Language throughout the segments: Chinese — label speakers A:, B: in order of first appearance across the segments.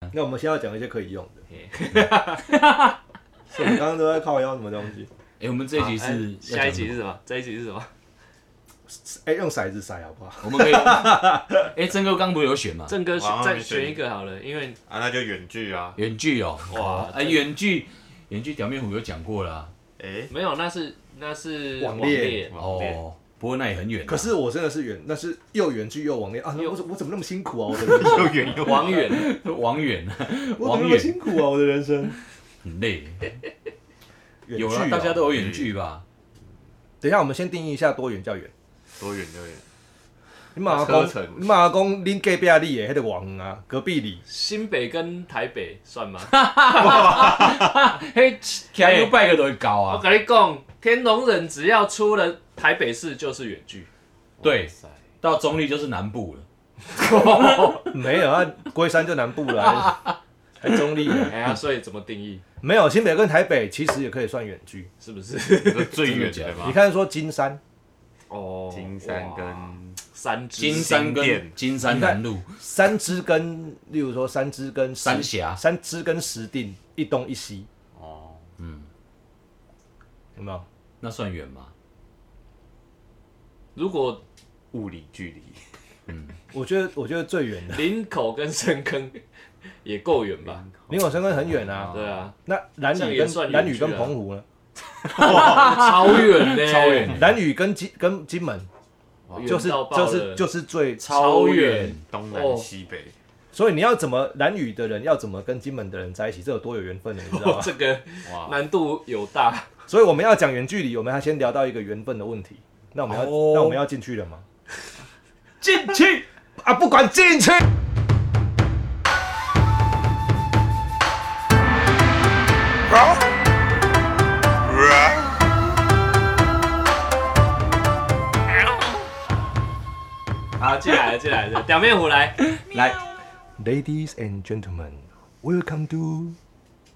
A: 啊，
B: 那我们现在讲一些可以用的。
A: 嘿
B: 是我们刚刚都在靠腰什么东西？
A: 哎，我们这一集
C: 好
A: 是
C: 哎下一集是什么？这一集是 什么？
B: 哎、用骰子骰好不好？
A: 我们可以，哎，郑哥刚不是有选吗？
C: 郑哥
D: 我好
C: 选
D: 像
C: 再
D: 没选
C: 选一个好了，因为
D: 啊，那就远距啊，
A: 远距哦，
C: 哇
A: 哎，远距，远距表面虎有讲过了啊，
D: 哎，
C: 没有，那是那是
B: 网恋
C: 恋，
D: 网恋
A: 哦，不过那也很远啊，
B: 可是我真的是远，那是又远距又网恋啊！那
C: 又
B: 我怎我怎么那么辛苦啊？我的人生，
D: 又远又
C: 网远，
A: 网远
B: 我怎么那
A: 网
B: 么
A: 远
B: 辛苦啊？我的人生，
A: 很累，
B: 远距
A: 有
B: 啊
A: 了，大家都有远距吧？
B: 等一下，我们先定义一下多远叫远。
D: 多远多远？
B: 你马公
D: 车程，
B: 你马公恁隔壁啊，你也迄个网啊，隔壁里
C: 新北跟台北算 吗？
A: 嘿，骑 U bike 都会高
C: 我
A: 啊，
C: 跟你讲，天龙人只要出了台北市就是远距，
A: 对
D: 哇塞，
A: 到中立就是南部了，
B: 没有啊，龟山就南部了、啊， 还还中立啊、
C: 哎 呀，所以怎么定义？
B: 没有新北跟台北其实也可以算远距。
C: 是不是？
D: 这最远的
B: 你
D: 嘛，
B: 看说金山，
C: 哦，
D: 金山
C: 哇
D: 跟
C: 三支
A: 金山
D: 新店
A: 跟金山南路
B: 三支跟，例如说三支跟石
A: 三峡
B: 三支跟石定一东一西，嗯
D: 哦，
B: 有没有？
A: 那算远吗？
C: 如果
D: 物理距离，
B: 我觉得我觉得最远的
C: 林口跟深坑 也够远吧？
B: 林口深坑很远啊，
C: 对啊，
B: 那蓝
C: 这样
B: 屿
C: 也算
B: 跟
C: 远
B: 蓝屿
C: 距啊
B: 跟澎湖呢？
C: 超远呢，
A: 超远
B: 蓝屿跟金跟金门
C: 远
B: 就是
C: 到爆
B: 就
C: 了
B: 是就是最，
C: 超远
A: 远，
D: 东南西北，
B: 所以你要怎么蓝屿的人要怎么跟金门的人在一起，这有多有缘分呢？你知道
C: 哦
B: 吗？
C: 这个
D: 哇，
C: 难度有大，
B: 所以我们要讲远距离，我们要先聊到一个缘分的问题。那我们要
A: 哦
B: 那我们要进去了吗？
A: 进去
B: 啊，不管进去。
C: 好，进来了，进来了，表面虎来，
A: 来，
B: Ladies and gentlemen, welcome to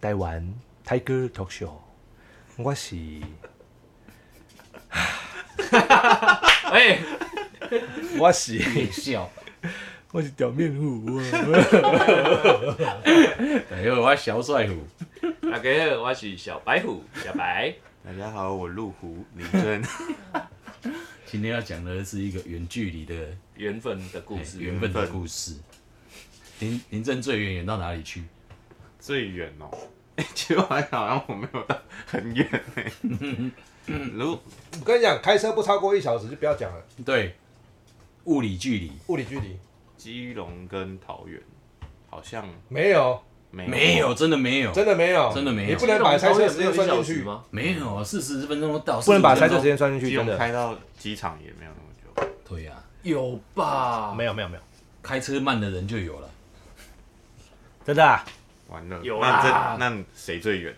B: 台湾 Tiger Talk Show。我是
C: 哎，
B: 我是
A: 别笑，
B: 我是表面 虎，
A: 哎呦，我要小帅虎，
C: 大家好，我是小白虎，小白，
D: 大家好，我路虎李真，
A: 今天要讲的是一个远距离的
C: 缘分的故
A: 哎
C: 事，
A: 缘分的故事。林林正最远远到哪里去？
D: 最远哦，哎，其实我还好像我没有到很远哎，如
B: 我跟你讲，开车不超过一小时就不要讲了，
A: 对，物理距离
B: 物理距离
D: 基隆跟桃园好像
B: 没有，
D: 没
A: 没有，真的没有，
B: 真的没有，
A: 真的没
B: 你
A: 有
B: 不能把塞车时
C: 没有
B: 间算
C: 一小
B: 进
C: 时
B: 去，
C: 吗？
A: 没有，啊四十分钟都到，
B: 不能把塞车
A: 45
B: 时间算进去，
D: 基
B: 真
D: 隆
B: 的
D: 开到机场也没有那么久，
A: 对呀、啊，
C: 有吧？
B: 没有没有没有，
A: 开车慢的人就有了。
B: 真的啊，
D: 完了，
C: 有
D: 那
C: 啦
D: 这那谁最远？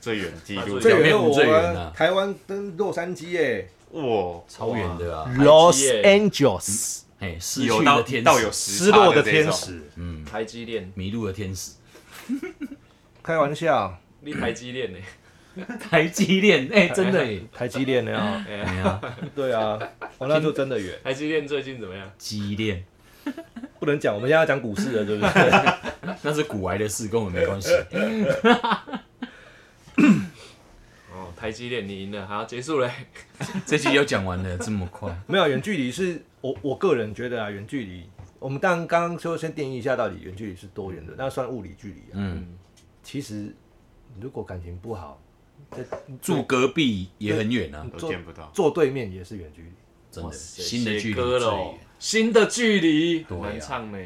D: 最远记录
B: 这
C: 最
A: 表
B: 远
A: 面
B: 是
A: 湖
B: 我
A: 最远啊
B: 们台湾跟洛杉矶耶
D: 哇，
A: 超远的啊，
C: Los
B: Angeles，
A: 哎，失去
D: 有
A: 的
D: 到
A: 天
D: 到有
A: 使，
D: 时
B: 失
D: 差
B: 落
D: 嗯的
B: 的
D: 这
B: 天
D: 种，
B: 使，
C: 台积电，
A: 迷路的天使，
B: 开玩笑，
C: 你台积电呢？
A: 台积电，哎，真的耶，
B: 台积电的啊，
A: 哎呀，
B: 对啊，哦那就真的远。
C: 台积电最近怎么样？
A: 激恋，
B: 不能讲，我们现在要讲股市了，对不对？
A: 那是古癌的事，跟我们没关系。
C: 哦，台积电你赢了，好，结束了。
A: 这集又讲完了，这么快，
B: 没有远距离是我我个人觉得啊，远距离，我们当然刚刚说先定义一下到底远距离是多远的，那算物理距离啊。
A: 嗯，
B: 其实如果感情不好，
A: 住隔壁也很远啊，
D: 都见不到。
B: 坐对面也是远距离。
A: 真
C: 哇
A: 的，
C: 塞
A: 新的距
C: 写
A: 离
C: 歌
A: 最
C: 了哦
A: 远。，
C: 新的距离，
A: 对啊
C: 很难唱呢。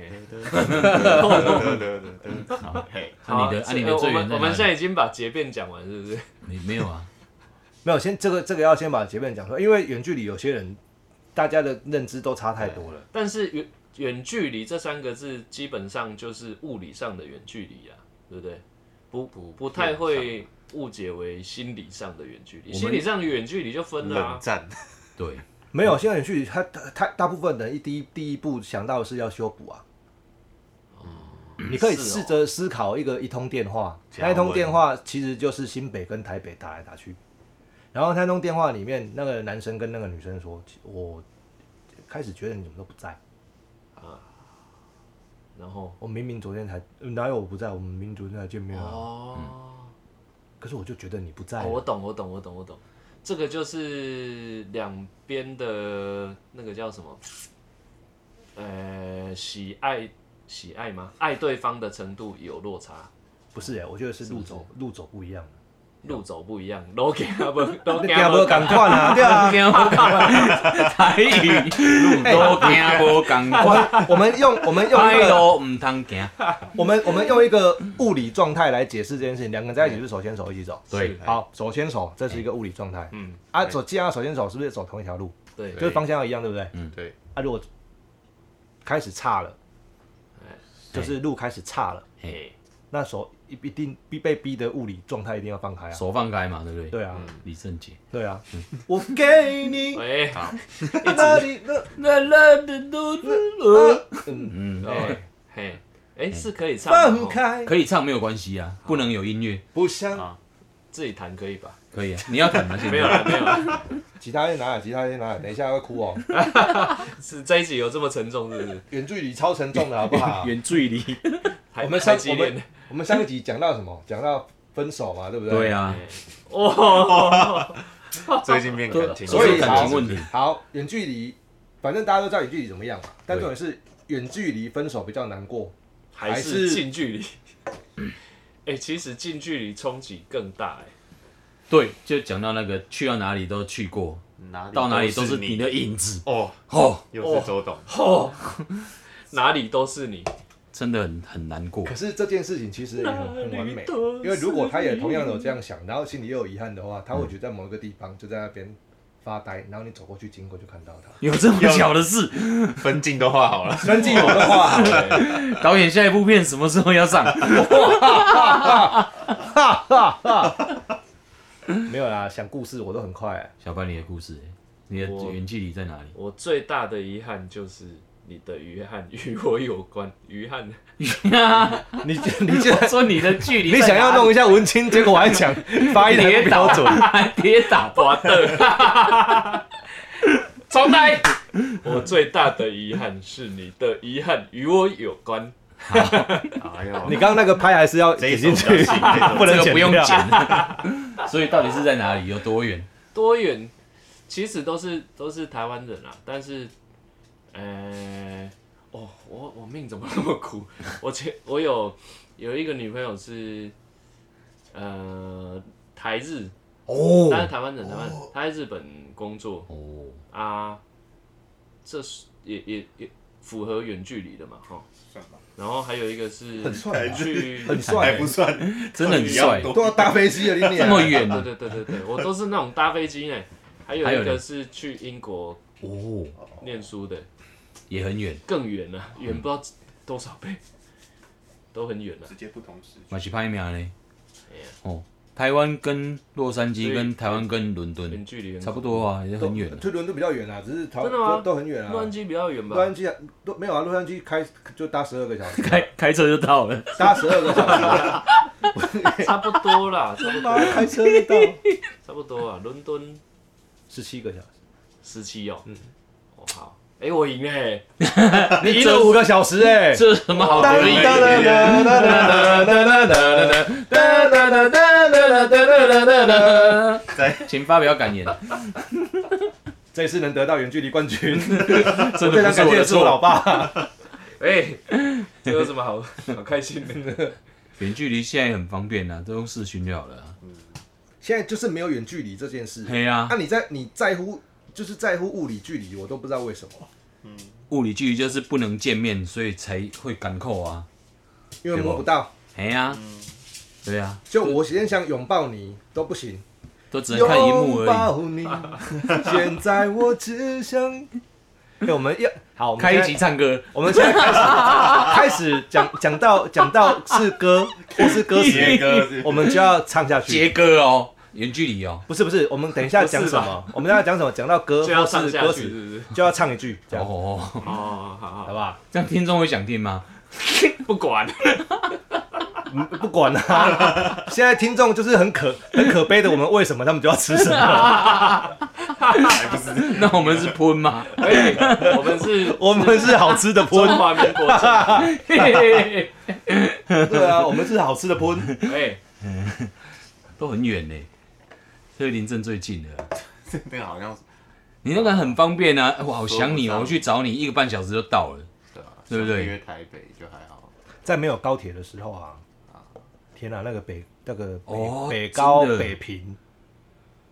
D: 哦嘿
A: 啊，你的啊，你
C: 呃
A: 的最
C: 我
A: 远
C: 们
A: 在
C: 我们现在
A: 哪里？
C: 已经把结辩讲完，是不是？
A: 没没有啊？
B: 没有，先这个这个要先把结论讲出来，因为远距离有些人大家的认知都差太多了。
C: 但是远远距离这三个字基本上就是物理上的远距离啊，对不对？不不不太会误解为心理上的远距离，
A: 我们
C: 心理上的远距离就分了
D: 冷
C: 啊。
D: 战，
A: 对，
B: 没有，现在远距离，他他他大部分人一第一第一步想到的是要修补啊。你可以
C: 哦是哦
B: 试着思考一个一通电话，
D: 加
B: 那一通电
D: 温
B: 话其实就是新北跟台北打来打去，然后那通电话里面那个男生跟那个女生说：“我开始觉得你怎么都不在。
C: 然后
B: 我明明昨天才哪有我不在，我们明明昨天才见面啊。
C: 哦，
B: 可是我就觉得你不在啊
C: 哦，
B: 了，
C: 我懂，我懂，我懂，我懂。这个就是两边的那个叫什么？呃，喜爱喜爱吗？爱对方的程度有落差，
B: 不是哎、我觉得是路走路走不一样。
C: 路走不一样。 路给啊不，路
B: 你
C: 给
B: 听无
C: 啊
B: 赶快啊，对啊。
A: 台语路都行无同款，
B: 我我们用我们用一
C: 哎
B: 个
A: 歹路哎唔通行。
B: 我们我们用一个物理状态来解释这件事情，两个人在一起就是手牵手一起走。
A: 对
C: 是
B: 好，手牵手，这是一个物理状态。
C: 嗯，
B: 啊，走既然要手牵手，是不是走同一条路？
C: 对
B: 就是方向要一样，对不对？
D: 对，
B: 啊，如果开始差了
C: 哎，
B: 就是路开始差了，
A: 嘿，
B: 那手一一定必被逼的物理状态一定要放开啊。
A: 手放开嘛，对不对？
B: 对啊，
A: 李圣杰，
B: 对啊，我给 你
C: 喂，
B: 那里那
A: 啦啦的嘟嘟，
B: 呃嗯，
A: 嗯，
C: 哎嘿，哎，是可以唱的
B: 放
C: 哦，
B: 开，
A: 可以唱没有关系啊，不能有音乐，
B: 不想
D: 啊，
C: 自己弹可以吧？
A: 可以啊。你要弹吗？现
C: 没有
A: 在
C: 了，没有了。
B: 吉他先拿来，吉他先拿来，等一下要哭哦，
C: 是这一集有这么沉重，是不是？
B: 远距离超沉重的好不好？
A: 远距离。
C: 还
B: 我们
C: 还
B: 上
C: 激
B: 我
C: 烈
B: 们。我们上一集讲到什么？讲到分手嘛，对不对？
A: 对。
C: 哎
A: 啊，
C: 哇，
D: 最近变感情，
B: 所以
A: 都是感情问题。
B: 好，远距离，反正大家都知道远距离怎么样嘛。但重点是远距离分手比较难过。
C: 还
B: 还
C: 是
B: 是
C: 近距离。哎、其实近距离冲击更大哎、
A: 对，就讲到那个去到哪里都去过，
D: 哪里
A: 到哪里都是你
D: 你
A: 的影子。
D: 哦，
A: 哦，
D: 又是周董，
C: 哦，哪里都是你，
A: 真的很很难过
B: 可。是这件事情其实也很很完美，
C: 哪里都是
B: 因为如果他也同样有这样想，然后心里又有遗憾的话，他会觉得在某一个地方就在那边发呆，然后你走过去经过就看到他。
A: 有这么巧的事？
D: 分镜都画好 了，
B: 跟进我的话，
C: 对
A: 导演下一部片什么时候要上？
B: 没有啦，想故事我都很快、啊
A: 小白，你的故事、欸，你的
C: 我
A: 远距离在哪里？
C: 我最大的遗憾就是你的遗憾与我有关，遗憾
B: 你你现
A: 我
B: 在
A: 说你的距离，
B: 你想要弄一下文青，结果我还讲发音还不标准。
A: 还 跌倒，
C: 滑的，重来。 我最大的遗憾是你的遗憾与我有关，
D: 哎呦，
B: 你刚刚那个拍还是要剪进去，不能
A: 这个
B: 剪
A: 不用
B: 掉
A: 剪。 所以到底是在哪里？有多远？
C: 多远？其实都是都是台湾人啦，啊但是，呃，哦，我我命怎么那么苦？ 我前我有有一个女朋友是，呃，台日，她是
A: 哦
C: 台湾人，台湾人，她在日本工作
A: 哦，
C: 啊，这是也也也符合远距离的嘛，哈。
D: 算吧
C: 然后还有一个是
B: 很帅啊
C: 去，
B: 很
D: 还
B: 帅、
D: 不算，
A: 真的很帅，
B: 都要搭飞机啊了，你
A: 这
B: 这
A: 么远
C: 对
A: 呢？
C: 对对对对，我都是那种搭飞机呢。还有
A: 还有
C: 一个
A: 呢
C: 是去英国
A: 哦，
C: 念书的，
A: 也很远。
C: 更远了、远不知道多少倍，都很远了、
D: 直接不同时
A: 马去拍秒呢
C: 哎呀？
A: 哦，台湾跟洛杉矶
C: 所以
A: 跟台湾跟伦
C: 远
A: 敦
C: 距离很
A: 嗯差不。多啊，也很远啊。
B: 推伦都比较远啊，只是台
C: 真的吗
B: 都都很远啊。
C: 洛杉矶比较远吧
B: 洛？杉矶啊都没有啊，洛杉矶开就搭十二个小时，
A: 开开车就到了，
B: 搭十二个小时，
C: 差不多啦，差不
B: 妈
C: 多，
B: 开车就到
C: 差不多啊。伦敦
B: 十七个小时，
C: 十七哦，哦好，哎、我赢了、欸，
B: 你赢了五个小时哎。
A: 这有 什 么好得意
C: 欸
A: 的？请发表感言，
B: 这次能得到远距离冠 军，非常
A: 真的不是
B: 感
A: 我的
B: 谢是我老
A: 错。
B: 爸。
C: 哎、这有什么好好开心的？
A: 远距离现在很方便啊，都用视讯就好了啊。
B: 现在就是没有远距离这件事，
A: 嘿啊
B: 那，你在你在乎就是在乎物理距离，我都不知道为什么，
A: 物理距离就是不能见面，所以才会赶扣啊。
B: 因为摸不到。
A: 嘿啊，对啊，
B: 就我现在想拥抱你都不行，
A: 都只能看荧幕
B: 拥
A: 而
B: 抱 你，现在我只想。哎、我们要好，我们
A: 已。开
B: 现
A: 一
B: 在
A: 集，唱歌，
B: 我们现在开始开始讲 讲到讲到是 歌或是歌 词，
D: 杰哥是
B: 我们就要唱下去。
A: 杰哥哦，远距离哦。
B: 不是不是，我们等一下讲
C: 不是
B: 什
C: 吧
B: 么？我们等一下讲什么？讲到歌
C: 就要
B: 或
C: 上
B: 是
C: 下
B: 歌
C: 去是
B: 词，
C: 不是？
B: 就要唱一句，这
A: 哦
B: 样好
A: 哦， 哦
C: 哦，好
B: 不
C: 好，
B: 好？
A: 这样听众会想听吗？
C: 不管，
B: 嗯不管啊啦、 现在听众就是很可很可悲的，我们为什么他们就要吃什么？
D: 还不是
A: 那我们是喷吗？
C: 所以我们是，
B: 我们是好吃的
C: 中
B: 喷，
C: 华民国政府。嘿嘿 嘿
B: 对啊，我们是好吃的喷。
C: 嘿哎，
A: 都很远呢，所以林正最近了。
D: 那个好像是
A: 你那个很方便啊，哎我好想你哦，
D: 说不上
A: 我去找你一个半小时就到了。
D: 对啊，
A: 对不对
D: 因为台北就还好，
B: 在没有高铁的时候啊，天哪、啊那个北那个北、
A: 哦
B: 北高
A: 真的
B: 北平，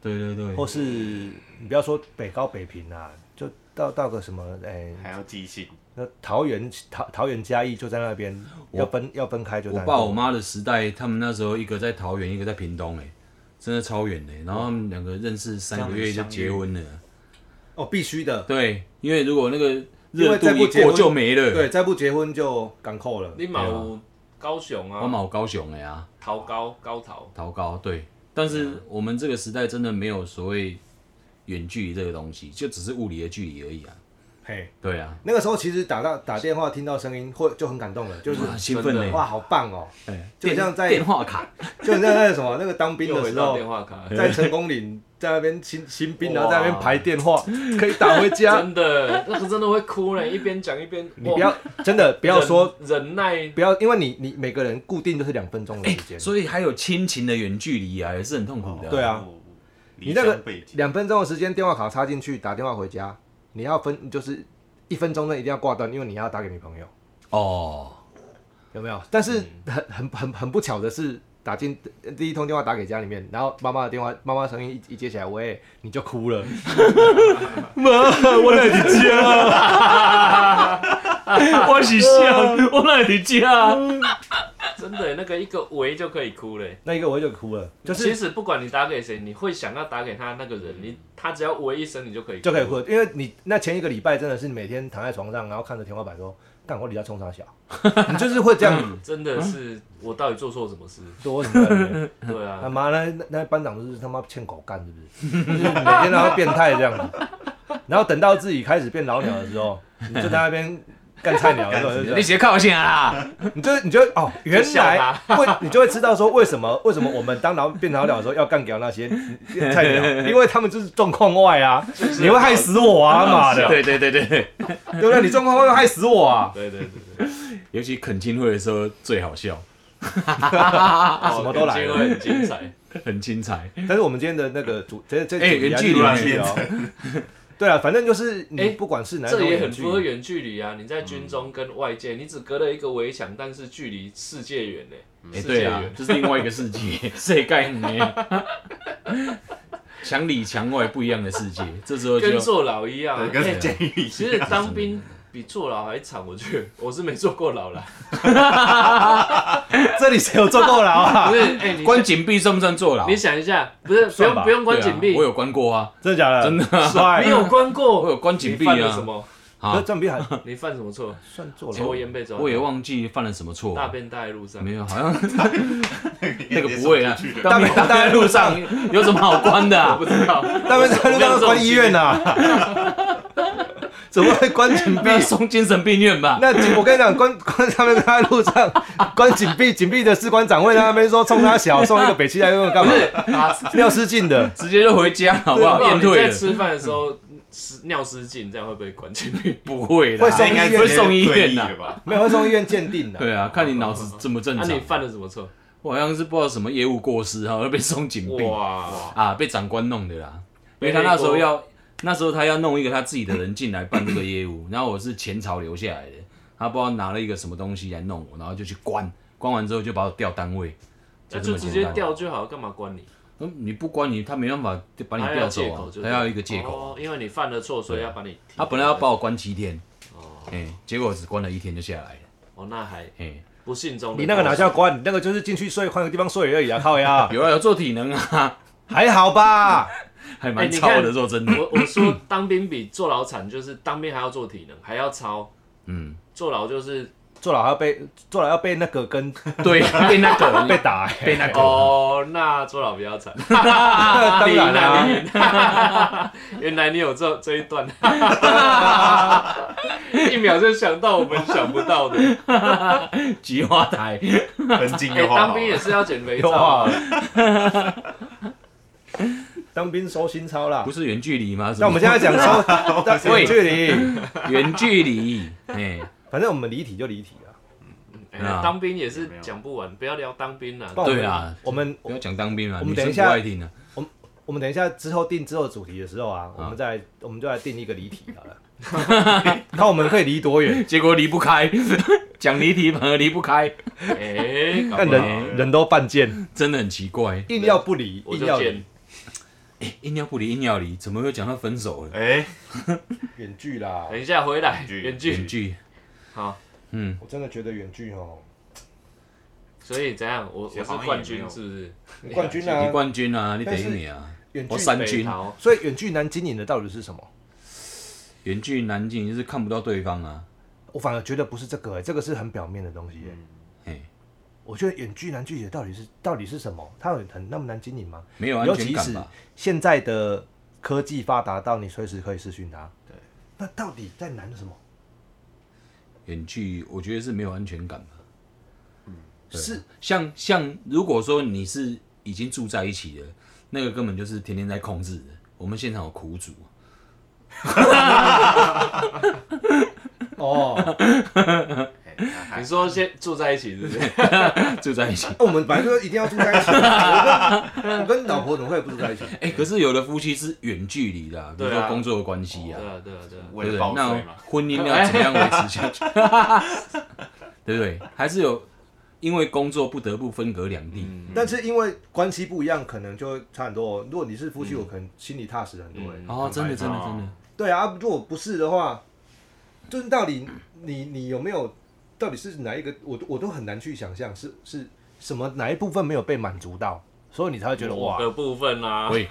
A: 对对对，
B: 或是你不要说北高北平啊，就到到个什么哎，
D: 还要寄信，
B: 那桃园桃桃园嘉义就在那边
A: 我
B: 要分要分开就在
A: 我
B: 那边。
A: 爸我妈的时代，他们那时候一个在桃园，一个在屏东，哎，真的超远的。然后他们两个认识三个月就结婚了。
B: 哦，必须的，
A: 对，因为如果那个
B: 因
A: 热
B: 为
A: 度
B: 再不
A: 一
B: 结
A: 过
B: 婚
A: 就没了。，
B: 对，再不结婚就港扣了。
C: 你有高雄
A: 我
C: 啊，
A: 哦毛高雄的啊，
C: 桃高高桃，
A: 桃高对。但是我们这个时代真的没有所谓远距离这个东西，就只是物理的距离而已啊。
B: 嘿，
A: 对啊，
B: 那个时候其实打到打电话听到声音，会就很感动了，就是
A: 哇啊兴奋呢
B: 哇，好棒哦！
A: 哎
B: 就
A: 电
B: 像在
A: 电话卡，
B: 就很像那个什么 那个当兵
C: 又
B: 的
C: 回
B: 时
C: 到
B: 候
C: 电，话卡，
B: 在成功岭在那边新新兵，
C: 哇
B: 然后在那边排电话，可以打回家。
C: 真的，那个真的会哭嘞，一边讲一边，
B: 你
C: 哇
B: 不要真的不要说
C: 忍忍耐，
B: 不要，因为你你每个人固定就是两分钟的时间，
A: 哎所以还有亲情的远距离啊，也是很痛苦的。
B: 对啊，
D: 离
B: 你那个
D: 乡背景
B: 两分钟的时间电话卡插进去打电话回家，你要分就是一分钟内一定要挂断，因为你要打给你朋友，
A: 哦，
B: 有没有？但是很很很很不巧的是。打进第一通电话打给家里面，然后妈妈的电话，妈妈声音一一接起来，喂，你就哭了。
A: 妈，我来你家，我是想我来你家。
C: 真的那个一个围就可以哭嘞。
B: 那一个我就哭了，就
C: 其
B: 是
C: 实不管你打给谁，你会想要打给他那个人，你他只要喂一声，你就可以
B: 就可以哭了，因为你那前一个礼拜真的是每天躺在床上，然后看着天花板说：“干我离家冲啥小？”你就是会这样子。
C: 真的
B: 啊
C: 是我到底做错什么事？
B: 说我怎么了？
C: 对
B: 他
C: 啊，
B: 妈那那那班长就是他妈欠狗干是不是？ 就是每天都要变态这样子，然后等到自己开始变老鸟的时候，你就在那边干菜鸟的时候，就是
A: 你斜靠线啦，
B: 你就你就哦，原
C: 笑
B: 来会你就会知道说为什么为什么我们当老变老鸟的时候要干掉那些菜鸟，因为他们就是状况外啊，你会害死我啊妈的，
A: 对对对对，
B: 对不对？你状况外会害死我啊！
C: 对对 对对，
A: 尤其恳亲会的时候最好笑，
C: 什
B: 啊什么都来了
C: 哦会很精 彩。
A: 很精彩。
B: 但是我们今天的那个主这这
A: 哎
B: 主题还
A: 远
B: 是
A: 距离
B: 远距哦，对啊，反正就是你
C: 哎
B: 不管是哪种
C: 这也很
B: 远距
C: 符合远距离啊！你在军中跟外界，你只隔了一个围墙，但是距离世界远呢、
B: 嗯
A: 哎，
C: 世界
A: 对啊
C: 远，，
A: 这是另外一个世界， 世界呢？墙里墙外不一样的世界，这时候
C: 跟
A: 就
C: 坐牢一样、啊。
D: 跟
C: 哎
D: 监狱一
C: 其实当兵比坐牢还惨，我觉得我是没坐过牢啦。
B: 这里谁有坐过牢啊
C: 不？是， 哎、你
A: 关紧闭算不算坐牢？
C: 你想一下，不是不
B: 算吧
C: 用不用关
A: 对啊
C: 紧闭
A: 我，有关过啊，
B: 真的假的？
A: 真的啊
B: 帅
C: 你有关过，
A: 我有关紧闭啊
C: 你犯了什么？
B: 那
A: 啊，
B: 这样还
C: 你犯什么错？
B: 算坐牢
C: 抽？烟被抓，
A: 我也忘记犯了什么错，啊
C: 大便大在路上，
A: 没有，好像那个不会啊，
B: 大
A: 当
B: 便
A: 兵当在路上有什么好关的啊
C: 不？知道。
B: 那边在路上关医院呐？怎么会关紧闭
A: 被？送精神病院吧？
B: 那紧我跟你讲，关关他们在路上关紧闭，紧闭的士官长会在那边说冲他小，送一个北七来问干嘛？尿失禁的，
A: 直接就回家好不好？验
C: 你
A: 退
C: 在
A: 了，
C: 吃饭的时候失尿失禁，这样会不会关进去？
A: 不会
B: 会
A: 啦，
B: 送
D: 应该
B: 医院
A: 会送医院
D: 的
A: 呐。
D: 吧？
B: 没有会送医 院鉴定的。
A: 对啊，看你脑子这么正
C: 那、
A: 常
C: 你。犯了什么错？
A: 我好像是不知道什么业务过失哈，被送紧闭
C: 哇！
A: 啊，被长官弄的啦。因
C: 被
A: 为他那时候
C: 黑锅
A: 要，那时候他要弄一个他自己的人进来办这个业 务，然后我是前朝留下来的，他不知道拿了一个什么东西来弄我，然后就去关，关完之后就把我调单位，
C: 那
A: 这
C: 就
A: 么
C: 直
A: 简
C: 接
A: 单。
C: 调就好，干嘛关你？
A: 嗯，你不关你，他没办法就把你
C: 他
A: 调
C: 要
A: 走
C: 借
A: 啊
C: 口，就，
A: 他要一个借口啊。
C: 哦，因为你犯了错，所以要把你踢。
A: 他本来要把我关七天，
C: 哦
A: 哎、结果只关了一天就下来了，
C: 哦，那还
A: 哎、
C: 不幸中的
B: 你那个哪
C: 大
B: 叫
C: 幸
B: 关？你那个就是进去睡，换个地方睡而已啊，靠呀，
A: 有啊，有做体能啊，
B: 还好吧？
A: 还
C: 哎
A: 蛮
C: 你
A: 超
C: 看
A: 的，说真的，
C: 我我说当兵比坐牢惨，就是当兵还要做体能，还要操。
A: 嗯，
C: 坐牢就是
B: 坐牢还要被坐牢要被那个跟
A: 对，被那个
B: 被打、欸，
A: 被那个，
C: 哦，那坐牢比 较惨。
B: 那 当然啊啦、
C: 原来你有这这一段，一秒就想到我们想不到的。
A: 菊花台，
D: 很近
C: 哎，
D: 的话，
C: 啊当兵也是要减肥照
B: 有啊
C: 啊。
B: 当兵收心操啦
A: 不。是远距离吗？什么
B: 那我们现在讲收但
A: 喂
B: 距离，
A: 远距离，哎，
B: 反正我们离题就离题了。
C: 哎
A: 啊
C: 当兵也是讲不完，不要聊当兵了
B: 不。然我们
A: 对啦
B: 我们
A: 不要讲当兵了，
B: 我
A: 女
B: 们
A: 生
B: 等一
A: 不
B: 下
A: 爱听啊。
B: 我们等一下之后定之后主题的时候啊，我们再来我们就来定一个离题好了， 看我们可以离多远。
A: 结果离不开，讲离题反而离不开，
C: 哎，搞
B: 但
C: 不好
B: 人人都犯贱，
A: 真的很奇怪。
B: 硬要不离，
C: 我
B: 硬
C: 就
B: 要离
C: 见
A: 硬要不离，硬要离，怎么又讲到分手了？
D: 哎，
B: 远距啦。
C: 等一下回来，
D: 距
C: 远距
A: 远距，
C: 好，
A: 嗯，
B: 我真的觉得远距哦，
C: 所以怎样？我我
D: 其
C: 是
D: 实好像也
C: 冠
D: 没
C: 军
D: 有
C: 是不是？
B: 你冠军
A: 你
B: 啊，
A: 冠军啊，你等
B: 但
A: 于
B: 是
A: 你啊，
B: 远距
A: 我三
C: 北
A: 军，
C: 桃
B: 所以远距难经营的到底是什么？
A: 远距难近就是看不到对方啊。
B: 我反而觉得不是这个、欸，这个是很表面的东西、欸。
A: 哎，
B: 我觉得远距难拒绝到底是到底是什么？它很很那么难经营吗？
A: 没有
B: 尤
A: 安全
B: 其
A: 感
B: 是
A: 吧？
B: 现在的科技发达到你随时可以视讯它，对，那到底在难什么？
A: 远距我觉得是没有安全感吧。
B: 嗯
A: 对
B: 是
A: 像像如果说你是已经住在一起的，那个根本就是天天在控制的。我们现场有苦主，啊
B: 哦，
C: 你说先住在一起是不 是？
D: 哎
A: 住在一 起。
B: 我们本来就一定要住在一起， 我跟我跟老婆怎么会不住在一起？
A: 哎、可是有的夫妻是远距离的啊、比如
C: 对
A: 说
C: 啊
A: 工作的关系
C: 对
A: 啊，
C: 啊对啊对啊，
A: 对
D: 为
A: 不
D: 了
A: 对
D: 报？
A: 那
D: 税嘛，
A: 婚姻要怎么样维持下去？对不对？还是有因为工作不得不分隔两地。
B: 但是因为关系不一样，可能就会差很多、哦。如果你是夫妻，我可能心里踏实很多、欸。
C: 嗯
A: 哦，真的，真的，
D: 哦
A: 真的，
B: 对啊，如果不是的话，就是到底你你有没有，到底是哪一个，我都我都很难去想象是是什么哪一部分没有被满足到，所以你才会觉得
A: 嗯
C: 某
B: 哇，
C: 个部分啊啦，
A: 喂，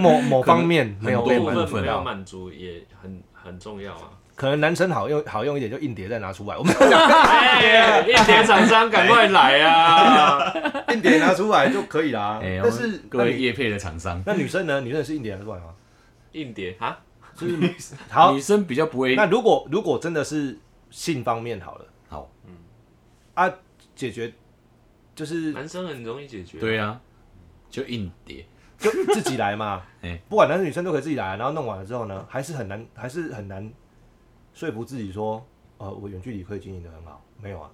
B: 某某方面没有
C: 某
B: 被
C: 个
A: 多
B: 满
C: 部
B: 足
C: 分没有
B: 到。
C: 满足也很很重要啊。
B: 可能男生好用好用一点，就硬碟再拿出来，我们
C: 哎，一铁厂商赶快来啊！
B: 硬碟拿出来就可以啦。
A: 哎，
B: 但
A: 我
B: 是
A: 们各
B: 那
A: 位
B: 你
A: 业配的厂商，
B: 那女生呢？女生也是硬碟拿出来吗？
C: 硬碟啊，
B: 好
A: 女，生比较不会
B: 那如果如果真的是性方面好了
A: 好，
B: 啊，解决就是
C: 男生很容易解决。
A: 对啊，就硬碟。，
B: 就自己来嘛
A: 哎
B: 不管男生女生都可以自己来，然后弄完了之后呢，还是很难，还是很难说服自己说，呃，我远距离可以经营的很好，没有啊，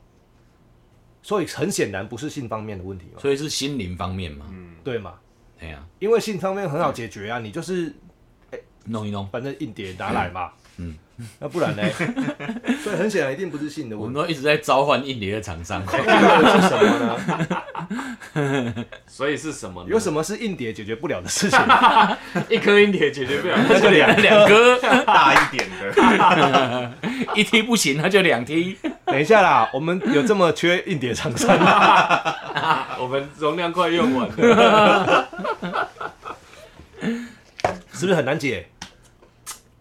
B: 所以很显然不是性方面的问题嘛，
A: 所以是心灵方面嘛，
B: 对嘛，
A: 哎呀，
B: 因为性方面很好解决啊，你就是
A: 弄一弄。
B: 反正硬碟拿来嘛，
A: 嗯
B: 嗯，那不然呢？ 所以很显然一定不是性的
A: 我
B: 问
A: 们
B: 题，
A: 都一直在召唤硬碟的厂商，
B: 是什么呢？
C: 所以是什么呢？
B: 有什么是硬碟解决不了的事 情？
C: 一颗硬碟解决不了，
B: 那就两
A: 两颗
D: 大一点的，
A: 一踢不行，那就两踢。
B: 等一下啦，我们有这么缺硬碟厂商吗？
C: 我们容量快用完了。
B: 是不是很难解？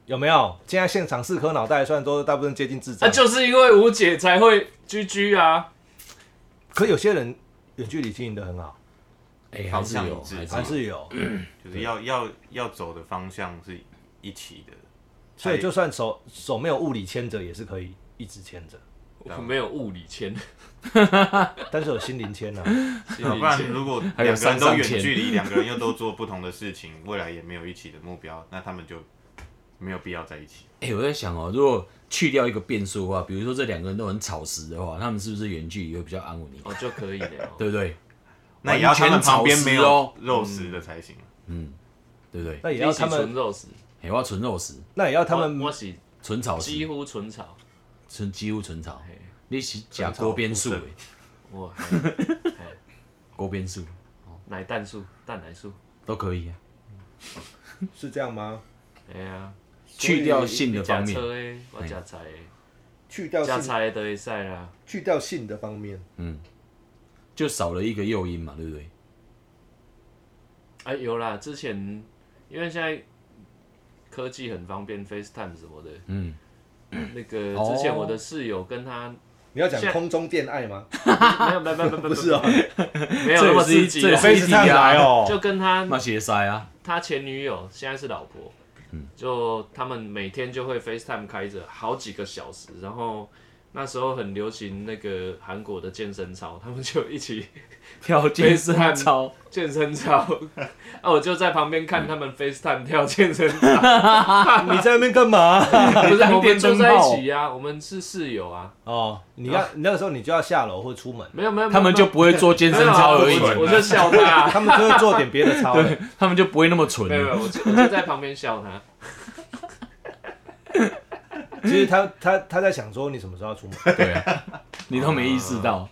B: 有没有？现在现场四颗脑袋，虽然都大部分接近智障，
C: 那啊就是因为无解才会居居啊。
B: 可有些人远距离经营的很好，
A: 哎，还是
D: 方向
A: 有，
D: 一致
A: 还是
B: 还
A: 有。
B: 是有，
D: 就是要要要走的方向是一起的，
B: 所以就算手手没有物理牵着，也是可以一直牵着，
C: 我没有物理签，
B: 但是有心灵 牵啊。
D: 要不然如果
A: 还有
D: 两个
A: 上
D: 人都
A: 上
D: 远
A: 签
D: 距离，两个人又都做不同的事情，未来也没有一起的目标，那他们就没有必要在一起。
A: 哎、我在想哦，如果去掉一个变数的话，比如说这两个人都很草食的话，他们是不是远距离会比较安稳一点？
C: 哦就可以 了。
A: 对不对？
D: 那也要他们旁边没
A: 完全草
D: 有肉食的才行。啊
A: 对不对？
B: 那也要他
C: 一起纯
B: 们，
C: 肉食，
A: 哎、我要纯肉食，
B: 那也要他
C: 我我
B: 们，
C: 是
A: 纯草
C: 几
A: 食，
C: 乎纯草，
A: 纯几乎纯草
C: 嘿。
A: 你是假锅边素哎，
C: 我
A: 锅边素
C: 奶蛋素、蛋奶素，
A: 都可以啊。
B: 是这样吗？
C: 哎呀，
A: 去掉性的方
C: 你吃
A: 面，
C: 车诶，我加菜的，
B: 去掉
C: 加
B: 性，
C: 菜的会使啦，
B: 去掉性的方面，
A: 就少了一个诱因嘛，对不对？
C: 哎有啦，之前因为现在科技很方便，FaceTime 什么的，
A: 嗯，
C: 那个
A: 哦
C: 之前我的室友跟他
B: 你要讲
C: 现在
B: 空中恋爱 吗？
C: 没有没有没有没有没
B: 不
C: 有
B: 是哦，
C: 没有那么
A: 这也
C: 刺
A: 是
C: 激
A: 这也
C: 啊
A: 是，一
B: 非
A: 题
B: 常
A: 啊
B: 来
C: 就
B: 哦。
C: 跟他
A: 那些塞 啊，
C: 他前女友现在是老婆，
A: 嗯
C: 就他们每天就会 FaceTime 开着好几个小时，然后那时候很流行那个韩国的健身操，他们就一起
A: 跳健身
C: FaceTime
A: 操，
C: 健身操， 啊，我就在旁边
A: 嗯
C: 看他们 FaceTime 跳健身操，
B: 你在那边干 嘛？
C: 不是
A: 当
C: 我们
A: 电
C: 住
A: 灯
C: 在一
A: 泡
C: 起啊，我们是室友啊，
B: 哦，你要你那个时候你就要下楼或出门，
C: 没有没有，
A: 他们就不会做健
C: 没
A: 身
C: 有啊
A: 操而已，
C: 我我就笑他啊，
B: 他们就会做点别 的操了。
A: 他们就不会那么
C: 没有没
A: 蠢。
C: 有，我就我就在旁边笑他，
B: 其实他他他在想说你什么时候要出门？
A: 对啊，你都没意 识到，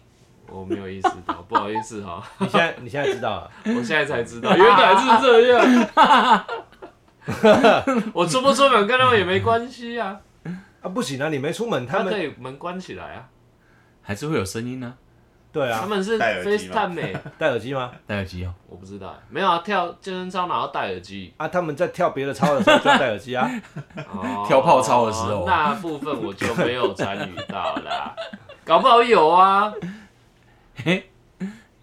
C: 我没有意识到，不好意思哈，
B: 你现在你现在知道了，
C: 我现在才知道，啊原来是这样。我出不出门跟他们也没关系啊，
B: 啊，不行啊，你没出门，他
C: 他可
B: 们
C: 以门关起来啊。
A: 还是会有声音呢。
B: 对
C: 他
B: 啊，
C: 们是
D: 戴耳机吗
C: FaceTime 美、
B: 戴耳机吗？
A: 戴耳机哦，
C: 我不知道欸，没有啊，跳健身操然后戴耳机，
B: 啊，他们在跳别的操的时候就要戴耳 机啊。
C: 哦
A: 跳泡操的时候
C: 那部分我就没有参与到啦， 搞不好有啊，
A: 嘿，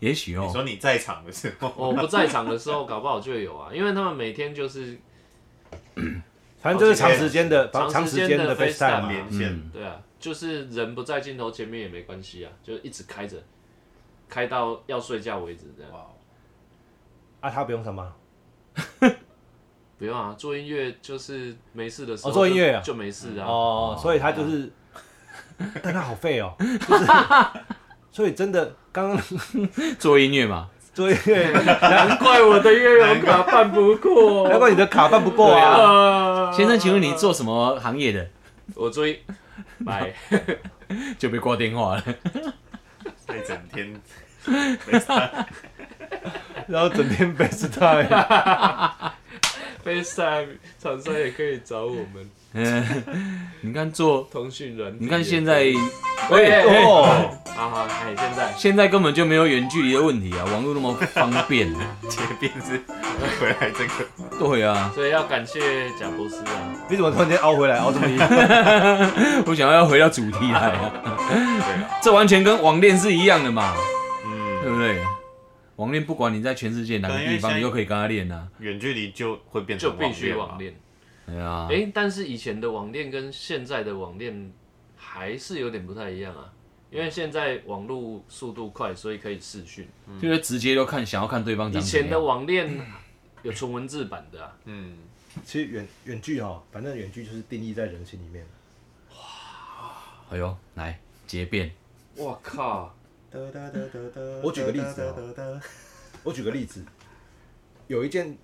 A: 也许
D: 你
A: 哦，
D: 说你在场的时候，
C: 我不在场的时候搞不好就有啊，因为他们每天就是
B: 反正就是长时间的，
C: 长
B: 长
C: 长
B: 时
C: 时
B: 间
C: 间
B: 的
C: 的
B: FaceTime 嘛
C: FaceTime
D: 连线
A: 嗯，
C: 对啊，就是人不在镜头前面也没关系啊，就一直开着，开到要睡觉为止这样。
D: 哇，
B: 啊，他不用上班，
C: 不用啊，做音乐就是没事的时
B: 哦
C: 候就、
B: 做音乐啊
C: 就没事啊。
B: 哦，所以他就是， 但他好废哦， 就是，所以真的刚刚
A: 做音乐嘛，
B: 作业，
C: 难怪我的乐友卡办不 过。
B: 难怪你的卡办不够啊。
C: 啊
A: 先生，请问你做什么行业的？
C: 我追，拜。
A: 就被挂电话了。
D: 一整天
B: 然后整天
C: 哎
B: FaceTime，
C: FaceTime 厂商也可以找我们
A: 嗯，你看做，
C: 通讯人。
A: 你看现在，
C: 喂
A: 喂，
B: 哦，
C: 好好，哎，现在
A: 现在根本就没有远距离的问题啊，网络那么方便。
D: 结辩是回来这个，
A: 对啊，
C: 所以要感谢贾博士啊，
B: 你怎么突然间凹回来，凹这么硬？
A: 我想要回到主题来啊，
D: 对啊，
A: 这完全跟网恋是一样的嘛，对
D: 嗯，
A: 不对？网恋不管你在全世界哪个
D: 对因
A: 地
D: 为
A: 方，
D: 现在
A: 你都可以跟他练啊。
D: 远距离就会变
C: 就
D: 成
C: 必须
D: 网
C: 网
D: 恋
C: 恋。
A: 对啊，
C: 哎、但是以前的网恋跟现在的网恋还是有点不太一样啊，因为现在网络速度快，所以可以视讯。
A: 就是直接都看，想要看对方
C: 以
A: 长怎
C: 前
A: 么
C: 的
A: 样。
C: 网恋有纯文字版的 啊
D: 吧，，嗯，
B: 其实远远距哈，反正远距就是定义在人心里面。
A: 哎呦，来结辩，
C: 我靠，
B: 我举个例子哦我举个例子，有一件，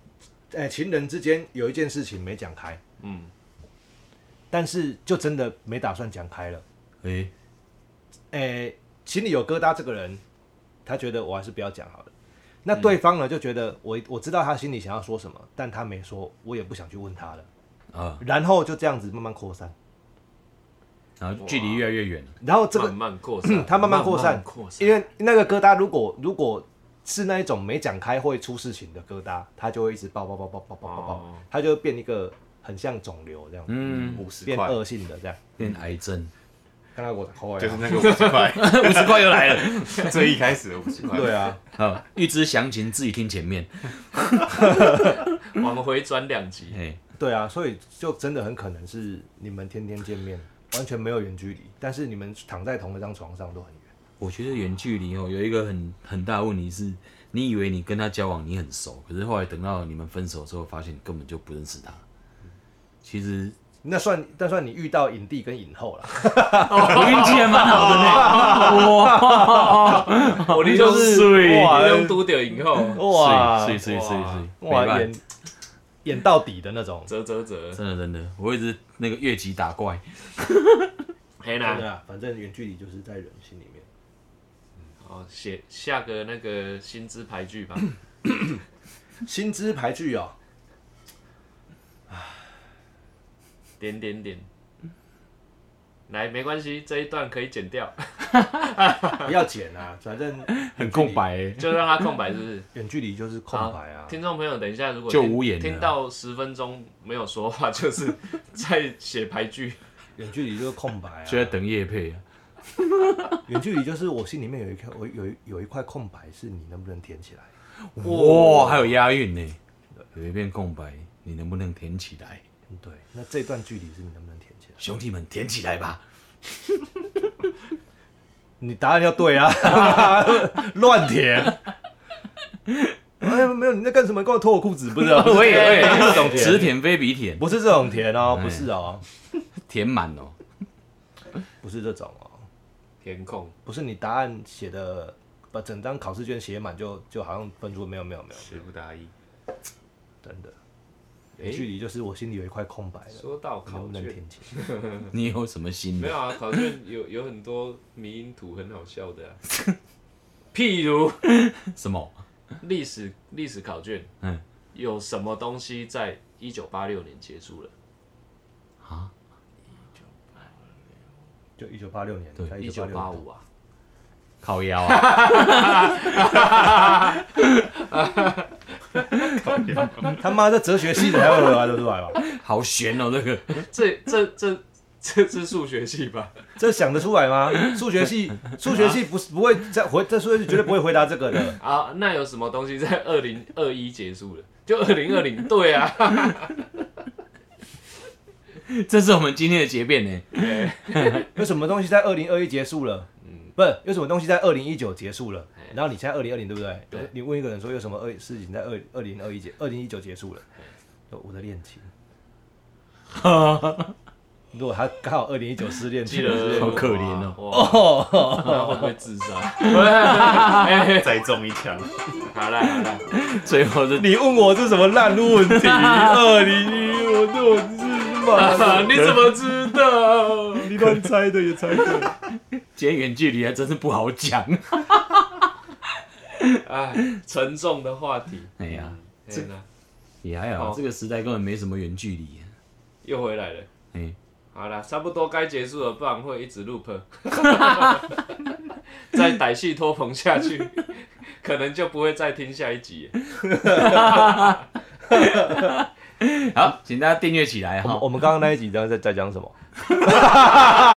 B: 哎、情人之间有一件事情没讲开，
C: 嗯，
B: 但是就真的没打算讲开了。
A: 哎，
B: 哎、心里有疙瘩，这个人他觉得我还是不要讲好了。那对方呢，就觉得我我知道他心里想要说什么，但他没说，我也不想去问他了。
A: 啊，
B: 然后就这样子慢慢扩散，
A: 然后距离越来越远了。
B: 然后这个
C: 慢慢扩散，
B: 他慢慢扩散，
C: 扩散
B: 因。为那个疙瘩如果如果是那一种没讲开会出事情的疙瘩，它就会一直爆爆爆爆爆爆爆爆
C: 哦，
B: 它就会变一个很像肿瘤这样，
A: 嗯，
D: 五十
B: 变
D: 块
B: 恶性的这样。
A: 变癌症，
B: 刚刚我抠
D: 就是
B: 呀，
D: 那个五十块，
A: 五十块又来了。
D: 最一开始的五十块，
B: 对啊，
A: 好，预知详情自己听前面。
C: 往回转 两集，
A: 哎，
B: 对啊，所以就真的很可能是你们天天见面，完全没有远距离，但是你们躺在同一张床上都很远。
A: 我觉得远距离哦，有一个很很大的问题是，你以为你跟他交往你很熟，可是后来等到你们分手之后，发现你根本就不认识他。其实
B: 那算那算你遇到影帝跟影后了，
A: 我运气还蛮好的呢。哇，
C: 我你
B: 就是哇
C: 你用都掉影后，
B: 哇
A: 所以所以所以
C: 哇
A: 所以，没
B: 哇
A: 办
B: 演
A: 法，
B: 演到底的那种，
C: 折折折，
A: 真的真的，我一直那个越级打怪。
C: 黑
B: 真
C: 啦。
B: 的啊，反正远距离就是在人心里面。
C: 哦，写下个那个薪资排 句吧。
B: 薪资排拒哦，
C: 点点点。来，没关系，这一段可以剪掉，
B: 不要剪啊，反 正
A: 很空白欸，
C: 就让它空白，是不是？
B: 远距离就是空白啊
C: 好。听众朋友，等一下如果
A: 就
C: 听
A: 无言了
C: 听到十分钟没有说话，就是 在写排句。
B: 远距离就是空白啊。
A: 就在等叶配啊。
B: 远距离就是我心里面有一块，我有有一块空白，是你能不能填起来？
A: 哇，还有押韵呢，有一片空白，你能不能填起来？
B: 嗯对，那这段距离是你能不能填起来？
A: 兄弟们，填起来吧！
B: 你答案要对啊， 乱填。 哎，没有，你在干什么？跟我脱我裤子？不 是、啊，不
A: 我
B: 是
A: 也我也这种
B: 甜
A: 只舔非比舔，
B: 不是这种填哦，不是哦，
A: 填满哦。
B: 不是这种哦，
C: 填空
B: 不是你答案写的，把整张考试卷写满就就好像分数没有没有没有，
D: 词不达意。
B: 真的，
C: 哎
B: 距离就是我心里有一块空白了，
C: 说到
B: 能
C: 考
B: 不能
C: 卷，
B: 填清？嗯
A: 你有什么心
C: 没
A: 得？
C: 有啊，考卷有有很多迷因图很好笑的、啊，譬如
A: 什么？
C: 历史历史考卷，
A: 嗯，
C: 有什么东西在一九八六年结束了？
B: 就一九八六年，对
C: 一九八，五啊，
A: 靠腰啊？
B: 他妈这哲学系的还啊会玩得出来吧？
A: 好悬哦，这个
C: 这这这这是数学系吧？
B: 这想得出来吗？数学 系，数学系不是不会在回，这数学系绝对不会回答这个 的。
C: 啊，那有什么东西在二零二一结束了？就二零二零，对啊，
A: 这是我们今天的结辩呢。
C: 哎
B: 有什么东西在二零二一结束了？嗯，不是，有什么东西在二零一九结束了？然后你现在二零二零对不对？
C: 哎对哎
B: 你问一个人说有什么二事情在二二零二一结二零一九结束了？说我的恋 情。如果他刚好二零一九失恋，
C: 记得
A: 好可怜哦
C: 哦，哇那会不会自杀？哎
D: 再中一枪，
C: 好啦好啦，
A: 最后是
B: 你问我这什么烂问 题？二零一我这我是嘛？
C: 你怎么知道？
B: 你乱猜的也猜对。
A: 今天远距离还真是不好讲。
C: 哎，沉重的话题，
A: 哎呀，
C: 真的
A: 也还好，
C: 哦
A: 这个时代根本没什么远距离。
C: 又回来了。
A: 哎，
C: 好啦，差不多该结束了，不然会一直 loop，再歹戏拖棚下去，可能就不会再听下一集了。
A: 好，请大家订阅起来
B: 我
A: 哈
B: 们。我们刚刚那一集在在在讲什么？